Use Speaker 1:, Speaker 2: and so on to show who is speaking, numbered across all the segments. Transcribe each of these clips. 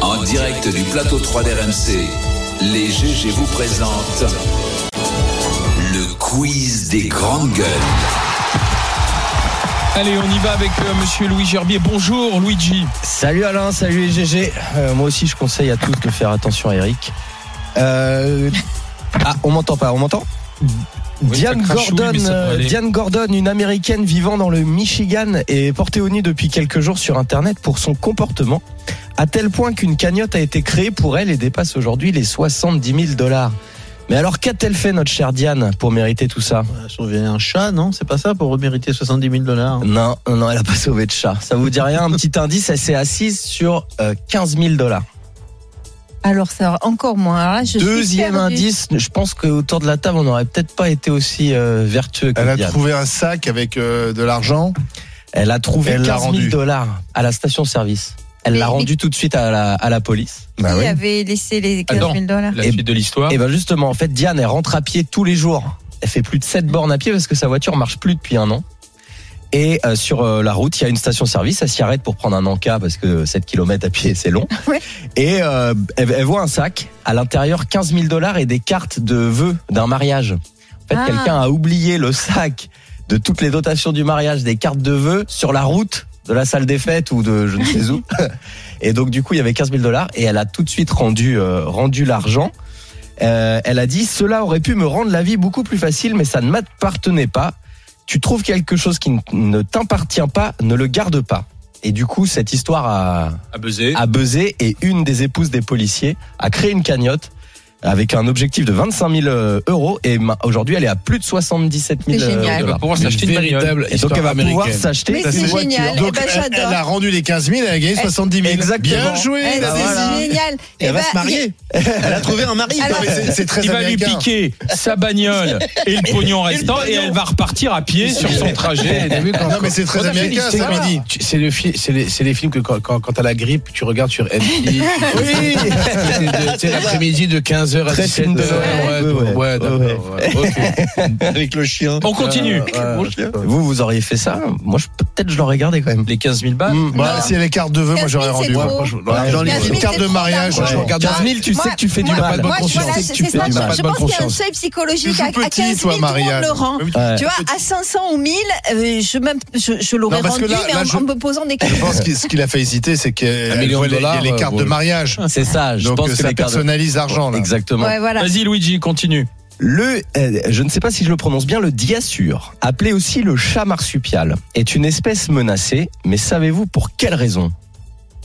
Speaker 1: En direct du plateau 3 d'RMC, les GG vous présentent le quiz des grandes gueules.
Speaker 2: Allez, on y va avec euh, Monsieur Louis Gerbier. Bonjour Luigi.
Speaker 3: Salut Alain, salut les GG. Euh, moi aussi, je conseille à tous de faire attention à Eric. Euh, Ah, on m'entend pas, on m'entend
Speaker 2: Oui,
Speaker 3: Diane,
Speaker 2: ça crache, oui,
Speaker 3: Gordon,
Speaker 2: mais ça peut
Speaker 3: euh,
Speaker 2: aller.
Speaker 3: Diane Gordon, une américaine vivant dans le Michigan, est portée au nez depuis quelques jours sur Internet pour son comportement, à tel point qu'une cagnotte a été créée pour elle et dépasse aujourd'hui les 70 000 dollars. Mais alors, qu'a-t-elle fait, notre chère Diane, pour mériter tout ça
Speaker 4: On a sauvé Ah, un chat, non C'est pas ça pour mériter 70 000 dollars hein.
Speaker 3: Non, non, elle a pas sauvé de chat. Ça vous dit rien Un petit indice, elle s'est assise sur euh, 15 000 dollars.
Speaker 5: Alors ça va encore moins. Alors là, je suis
Speaker 3: Deuxième
Speaker 5: perdue.
Speaker 3: indice, je pense qu'autour de la table, on n'aurait peut-être pas été aussi euh, vertueux que
Speaker 6: Elle a
Speaker 3: Diane.
Speaker 6: trouvé un sac avec euh, de l'argent.
Speaker 3: Elle a trouvé
Speaker 6: Elle l'a
Speaker 3: 15 000
Speaker 6: rendu.
Speaker 3: dollars à la station-service. Elle
Speaker 5: Mais-
Speaker 3: l'a
Speaker 5: mais-
Speaker 3: rendu tout de suite à la, à la police.
Speaker 6: Bah
Speaker 5: Qui
Speaker 6: oui.
Speaker 5: avait laissé les
Speaker 7: Ah,
Speaker 5: 15
Speaker 2: Attends.
Speaker 5: 000 dollars
Speaker 2: La
Speaker 3: Et-
Speaker 2: suite de l'histoire.
Speaker 3: Et ben justement, en fait, Diane, elle rentre à pied tous les jours. Elle fait plus de 7 bornes à pied parce que sa voiture marche plus depuis un an. Et euh, sur euh, la route, il y a une station-service. Elle s'y arrête pour prendre un encas parce que 7 km à pied, c'est long.
Speaker 5: Ouais.
Speaker 3: Et euh, elle, elle voit un sac à l'intérieur 15 000 dollars et des cartes de vœux d'un mariage. En fait,
Speaker 5: Ah.
Speaker 3: quelqu'un a oublié le sac de toutes les dotations du mariage, des cartes de vœux sur la route de la salle des fêtes ou de je ne sais où. Et donc du coup, il y avait 15 000 dollars et elle a tout de suite rendu euh, rendu l'argent. Euh, elle a dit cela aurait pu me rendre la vie beaucoup plus facile, mais ça ne m'appartenait pas. Tu trouves quelque chose qui n- ne t'appartient pas, ne le garde pas. Et du coup, cette histoire a,
Speaker 2: À buzzer.
Speaker 3: a buzzé et une des épouses des policiers a créé une cagnotte avec un objectif de 25 000 euh, euros et ma- aujourd'hui elle est à plus de 77 000
Speaker 5: C'est
Speaker 3: euh,
Speaker 5: génial.
Speaker 2: Elle va
Speaker 3: dollars.
Speaker 2: pouvoir
Speaker 7: Une
Speaker 2: s'acheter une bagnole.
Speaker 7: véritable
Speaker 3: Et donc
Speaker 7: histoire
Speaker 3: elle va pouvoir
Speaker 7: américaine.
Speaker 3: s'ageter.
Speaker 5: Mais
Speaker 6: Ça,
Speaker 5: c'est
Speaker 6: sa voiture.
Speaker 5: génial.
Speaker 6: Donc,
Speaker 5: Eh ben,
Speaker 6: elle,
Speaker 5: j'adore.
Speaker 6: elle a rendu les 15 000, elle a gagné 70 000.
Speaker 3: Exactement.
Speaker 6: Bien joué,
Speaker 5: Eh,
Speaker 6: la
Speaker 5: c'est
Speaker 3: voilà.
Speaker 5: génial. Eh ben,
Speaker 4: Elle a trouvé un mari
Speaker 5: Alors-
Speaker 6: Non, mais c'est- C'est très
Speaker 2: Il va lui
Speaker 6: américain.
Speaker 2: piquer sa bagnole et le pognon restant et elle va repartir à pied sur son trajet.
Speaker 7: T'as vu quand-
Speaker 6: Non, mais c'est
Speaker 7: quand
Speaker 6: très
Speaker 7: t'as fait
Speaker 6: américain,
Speaker 7: l'histoire,
Speaker 6: ça, Mehdi.
Speaker 7: tu- C'est le fi- c'est les, c'est les films que quand, quand, quand t'as la grippe, tu regardes sur NT.
Speaker 3: Oui.
Speaker 7: C'est de- c'est l'après-midi de 15h à
Speaker 3: Très film
Speaker 7: 17h.
Speaker 3: de Noël. Ouais,
Speaker 7: Ouais,
Speaker 3: ouais,
Speaker 7: ouais, d'accord, ouais. Ok.
Speaker 4: avec le chien.
Speaker 2: On continue.
Speaker 7: Euh, ouais.
Speaker 3: Vous vous auriez fait ça Moi je peut-être je l'aurais gardé quand même.
Speaker 2: Les 15 000 balles.
Speaker 6: Mm, bah,
Speaker 5: Non.
Speaker 6: si elle est carte de vœux, moi
Speaker 5: 15 000,
Speaker 6: j'aurais rendu.
Speaker 5: c'est
Speaker 6: Ouais,
Speaker 5: trop.
Speaker 6: franchement,
Speaker 7: Ouais,
Speaker 6: j'aurais
Speaker 7: j'en ai-
Speaker 6: rendu.
Speaker 5: 15 000,
Speaker 6: Carte
Speaker 5: c'est
Speaker 6: de
Speaker 5: trop
Speaker 6: mariage,
Speaker 5: d'argent.
Speaker 7: je
Speaker 6: franchement.
Speaker 7: regarde.
Speaker 3: 15 000, tu
Speaker 5: Moi-
Speaker 3: sais que tu fais du
Speaker 5: moi-
Speaker 7: pas
Speaker 3: mal.
Speaker 7: de bonne
Speaker 5: Moi, je- voilà,
Speaker 7: conscience.
Speaker 5: c'est
Speaker 7: Tu
Speaker 5: c'est
Speaker 7: fais
Speaker 5: ça.
Speaker 7: du mal.
Speaker 5: Je pense qu'il y a un
Speaker 7: Conscience.
Speaker 5: seuil
Speaker 6: Je
Speaker 5: psychologique.
Speaker 6: suis
Speaker 5: À à
Speaker 6: plus
Speaker 5: 15
Speaker 6: petit,
Speaker 5: 000, tout
Speaker 6: toi,
Speaker 5: le monde
Speaker 6: Marianne.
Speaker 5: le rend.
Speaker 3: Ouais.
Speaker 5: Tu vois, à 500 ou 1000, euh, je, même, je, je l'aurais
Speaker 6: Non, parce que
Speaker 5: rendu,
Speaker 6: là-
Speaker 5: mais
Speaker 6: là,
Speaker 5: en,
Speaker 6: je-
Speaker 5: en me posant des
Speaker 6: Je pense que ce qu'il a fait hésiter, c'est
Speaker 7: Un
Speaker 6: qu'elle
Speaker 7: million
Speaker 6: voit
Speaker 7: de
Speaker 6: les,
Speaker 7: dollars,
Speaker 6: les cartes
Speaker 7: euh,
Speaker 6: de
Speaker 7: bon.
Speaker 6: mariage.
Speaker 3: C'est ça, je
Speaker 6: Donc euh,
Speaker 3: pense que
Speaker 6: ça
Speaker 3: les cartes de-
Speaker 6: personnalise l'argent. là.
Speaker 3: Exactement.
Speaker 5: Ouais, voilà.
Speaker 2: Vas-y Luigi, continue.
Speaker 3: Le, euh, je ne sais pas si je le prononce bien, le diassure, appelé aussi le chat marsupial, est une espèce menacée, mais savez-vous pour quelle raison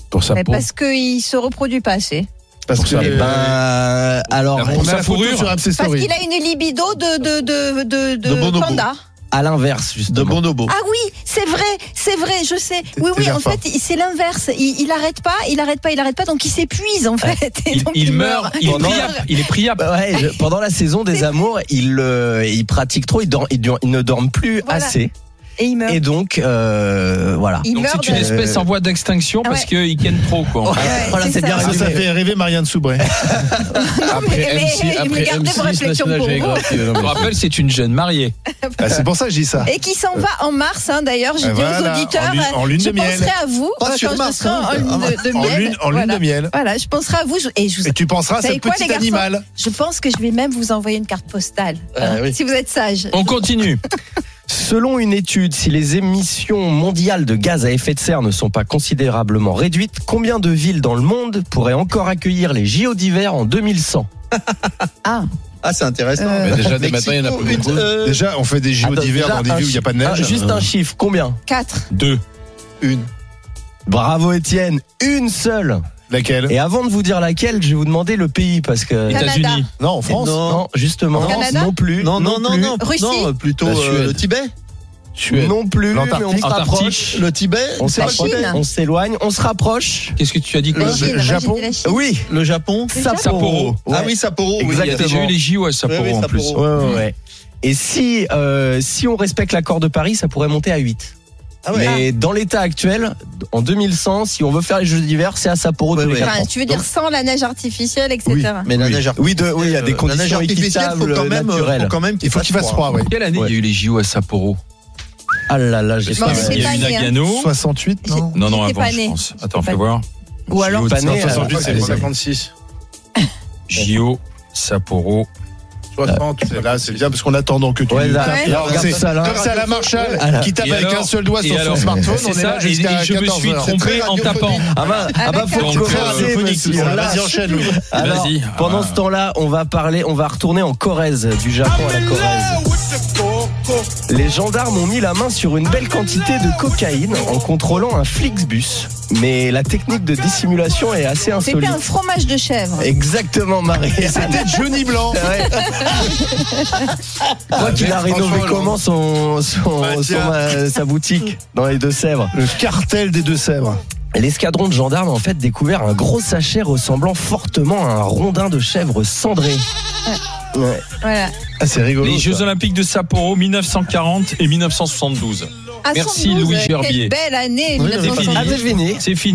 Speaker 7: Pour sa
Speaker 5: Mais
Speaker 7: peau.
Speaker 5: parce qu'il se reproduit pas assez.
Speaker 6: Parce
Speaker 7: Pour
Speaker 6: que
Speaker 7: ça,
Speaker 3: Eh ben, alors,
Speaker 2: la
Speaker 6: on
Speaker 2: sa
Speaker 6: a la photo
Speaker 2: fourrure.
Speaker 6: sur MC
Speaker 5: Parce
Speaker 6: Story.
Speaker 5: qu'il a une libido de, de, de, de, de
Speaker 4: De bonobo.
Speaker 5: panda.
Speaker 3: à l'inverse,
Speaker 4: De
Speaker 3: justement.
Speaker 4: bonobo.
Speaker 5: Ah oui, c'est vrai, c'est vrai, je sais. Oui,
Speaker 6: t'es
Speaker 5: oui,
Speaker 6: bien
Speaker 5: en
Speaker 6: fort.
Speaker 5: fait, il- c'est l'inverse. Il, il arrête pas, il arrête pas, il arrête pas, donc il s'épuise en fait. Et
Speaker 2: Il,
Speaker 5: donc,
Speaker 2: il meurt, Ah, il est
Speaker 3: Pendant-
Speaker 2: priable. Il est priable.
Speaker 3: Ouais, je- pendant la saison des amours, il, euh, il pratique trop, il, dort- il dort- il ne dorment plus
Speaker 5: Voilà.
Speaker 3: assez.
Speaker 5: Et il meurt.
Speaker 3: Et donc, euh, voilà.
Speaker 5: il
Speaker 2: Donc
Speaker 5: meurt.
Speaker 2: c'est une
Speaker 5: de-
Speaker 2: espèce en voie d'extinction
Speaker 5: Ah
Speaker 2: parce
Speaker 5: ouais.
Speaker 2: qu'il ken trop quoi.
Speaker 5: Ouais,
Speaker 3: Voilà,
Speaker 5: c'est
Speaker 3: c'est
Speaker 5: ça.
Speaker 3: bien
Speaker 5: Ah,
Speaker 6: Ça,
Speaker 3: résumé.
Speaker 6: ça fait rêver Marianne Soubret.
Speaker 7: Après
Speaker 5: mais- mais-
Speaker 7: M6,
Speaker 5: mais
Speaker 7: après
Speaker 5: gardez vos
Speaker 7: M6,
Speaker 5: réflexions
Speaker 7: National
Speaker 5: pour vous.
Speaker 7: Geographic. Non,
Speaker 2: Je
Speaker 7: mais-
Speaker 2: vous rappelle, c'est une jeune mariée.
Speaker 6: Ah, C'est pour ça que je dis ça.
Speaker 5: Et qui s'en va en mars, hein, d'ailleurs. J'ai
Speaker 6: Ah,
Speaker 5: dit aux
Speaker 6: Euh. voilà,
Speaker 5: auditeurs,
Speaker 6: en lune- en
Speaker 5: euh,
Speaker 6: lune
Speaker 5: je
Speaker 6: de miel.
Speaker 5: penserai à vous
Speaker 4: Pas
Speaker 5: euh,
Speaker 4: sur
Speaker 5: quand je
Speaker 4: Mars,
Speaker 5: serai
Speaker 4: hein.
Speaker 5: en lune de, de
Speaker 6: En
Speaker 5: miel.
Speaker 6: lune, en lune
Speaker 5: voilà.
Speaker 6: de miel.
Speaker 5: Voilà, je penserai à vous je- et je vous.
Speaker 6: Et tu penseras à
Speaker 5: Vous
Speaker 6: ce
Speaker 5: savez quoi, les
Speaker 6: petit
Speaker 5: garçons
Speaker 6: animal.
Speaker 5: Je pense que je vais même vous envoyer une carte postale.
Speaker 4: Euh,
Speaker 5: hein, Si vous êtes sage.
Speaker 2: On continue.
Speaker 3: Selon une étude, si les émissions mondiales de gaz à effet de serre ne sont pas considérablement réduites, combien de villes dans le monde pourraient encore accueillir les JO d'hiver en 2100
Speaker 4: Ah, c'est intéressant.
Speaker 5: Euh,
Speaker 7: Mais déjà, dès maintenant, il y en a pas
Speaker 4: Mexico,
Speaker 7: beaucoup.
Speaker 4: une, euh,
Speaker 6: Déjà, on fait des JO
Speaker 3: Attends,
Speaker 6: d'hiver
Speaker 3: déjà,
Speaker 6: dans des
Speaker 3: un
Speaker 6: villes où il n'y a
Speaker 3: chi-
Speaker 6: pas de
Speaker 3: un-
Speaker 6: neige.
Speaker 3: Ah, juste un chiffre, combien
Speaker 5: 4.
Speaker 2: Deux.
Speaker 4: une.
Speaker 3: Bravo Étienne, une seule.
Speaker 6: Laquelle
Speaker 3: Et avant de vous dire laquelle, je vais vous demander le pays parce que
Speaker 5: Canada.
Speaker 2: États-Unis.
Speaker 6: Non, en France.
Speaker 4: Non.
Speaker 3: non, justement,
Speaker 5: Canada
Speaker 3: non plus.
Speaker 4: Non, non, non,
Speaker 3: plus.
Speaker 4: non.
Speaker 5: Russie
Speaker 4: Non, plutôt
Speaker 7: La
Speaker 4: euh,
Speaker 7: Suède.
Speaker 4: le Tibet.
Speaker 6: Suède.
Speaker 3: Non plus, mais on
Speaker 6: L'Antarctique.
Speaker 3: se rapproche.
Speaker 2: Antarctique.
Speaker 4: Le Tibet,
Speaker 3: On se
Speaker 5: La
Speaker 3: rapproche.
Speaker 5: Chine.
Speaker 3: On s'éloigne, on se rapproche.
Speaker 2: Qu'est-ce que tu as dit
Speaker 5: La
Speaker 2: quoi
Speaker 5: Chine, moi, j'ai
Speaker 6: Japon.
Speaker 5: dit la Chine.
Speaker 3: Oui,
Speaker 4: Euh, le Japon.
Speaker 5: Le Japon.
Speaker 2: Sapporo.
Speaker 4: Ah
Speaker 3: Ouais.
Speaker 4: oui, Sapporo. oui.
Speaker 2: Il y a déjà eu les JO à Sapporo
Speaker 4: Oui, oui,
Speaker 2: en plus.
Speaker 4: Sapporo.
Speaker 3: Ouais, ouais, ouais. Et si, euh, si on respecte l'accord de Paris, ça pourrait monter à 8.
Speaker 4: Ah ouais.
Speaker 3: Mais dans l'état actuel, en 2100, si on veut faire les Jeux d'hiver, c'est à Sapporo tous les
Speaker 4: ouais.
Speaker 3: quatre
Speaker 5: Enfin,
Speaker 3: ans.
Speaker 5: tu veux dire
Speaker 3: Donc,
Speaker 5: sans la neige artificielle, etc.
Speaker 4: Mais la neige
Speaker 3: oui, de, oui, il y a des
Speaker 4: la neige
Speaker 3: conditions
Speaker 4: artificielle, faut
Speaker 3: équitables,
Speaker 4: quand même, faut
Speaker 3: naturelles.
Speaker 4: quand même
Speaker 6: Il faut qu'il fasse froid, oui.
Speaker 2: Quelle année
Speaker 3: Ouais.
Speaker 2: il y a eu les JO à Sapporo
Speaker 3: Ah là là, j'ai
Speaker 5: Non,
Speaker 4: Bah,
Speaker 3: pas-
Speaker 5: mais c'est
Speaker 2: Il y a eu
Speaker 5: pas né, hein.
Speaker 2: Nagano.
Speaker 6: 68, non
Speaker 2: Non, non,
Speaker 5: J'étais
Speaker 2: avant,
Speaker 5: pas
Speaker 2: je
Speaker 5: né.
Speaker 2: pense. Attends,
Speaker 5: J'étais
Speaker 2: fais
Speaker 5: pas
Speaker 2: voir.
Speaker 5: Ou alors,
Speaker 2: JO de
Speaker 3: pas né,
Speaker 2: Sapporo.
Speaker 3: euh,
Speaker 6: 68, c'est
Speaker 3: ouais,
Speaker 6: les
Speaker 3: c'est-
Speaker 7: 56,
Speaker 2: JO Sapporo.
Speaker 7: 60.
Speaker 6: C'est- Là, c'est bien parce qu'on attend donc que tu.
Speaker 3: Ouais, là,
Speaker 5: Ouais.
Speaker 3: là, regarde
Speaker 6: C'est-
Speaker 3: ça là.
Speaker 6: Comme c'est à la Marshall
Speaker 3: Ah là.
Speaker 6: qui tape
Speaker 2: Et
Speaker 6: avec
Speaker 2: alors
Speaker 6: un seul doigt
Speaker 2: Et
Speaker 6: sur son
Speaker 2: alors
Speaker 6: smartphone,
Speaker 2: C'est
Speaker 6: on est
Speaker 2: ça,
Speaker 6: là
Speaker 2: et, et
Speaker 6: jusqu'à
Speaker 2: je me
Speaker 6: 14
Speaker 2: suis
Speaker 6: heures.
Speaker 2: trompé en tapant.
Speaker 3: Ah bah, ah bah, faut
Speaker 4: euh,
Speaker 2: Avec un-
Speaker 3: commencer,
Speaker 6: Très
Speaker 3: monsieur.
Speaker 6: radiophonique,
Speaker 3: Là,
Speaker 6: Vas-y, enchaîne, Louis.
Speaker 3: Alors,
Speaker 2: Vas-y.
Speaker 3: pendant
Speaker 2: Ah.
Speaker 3: ce temps-là, on va parler, on va retourner en Corrèze, du Japon à la Corrèze. Les gendarmes ont mis la main sur une belle quantité de cocaïne en contrôlant un Flixbus. Mais la technique de dissimulation est assez
Speaker 5: C'était un
Speaker 3: insolite.
Speaker 5: fromage de chèvre.
Speaker 3: Exactement, Marie.
Speaker 6: C'était Johnny Blanc.
Speaker 3: Quoi qu'il a rénové
Speaker 6: François
Speaker 3: comment son, son-
Speaker 6: Bah, tiens.
Speaker 3: son, euh, sa boutique dans les Deux-Sèvres
Speaker 6: Le cartel des Deux-Sèvres.
Speaker 3: L'escadron de gendarmes a en fait découvert un gros sachet ressemblant fortement à un rondin de chèvre cendré. Ouais.
Speaker 5: Voilà.
Speaker 6: Ah, c'est rigolo.
Speaker 2: Les Jeux Olympiques de Sapporo 1940 et 1972.
Speaker 5: À
Speaker 2: Merci,
Speaker 5: 112,
Speaker 2: Louis
Speaker 5: euh,
Speaker 2: Gerbier.
Speaker 5: Quelle belle année
Speaker 2: c'est fini.
Speaker 5: 1972.
Speaker 3: Ah, Avec Véné,
Speaker 2: C'est fini.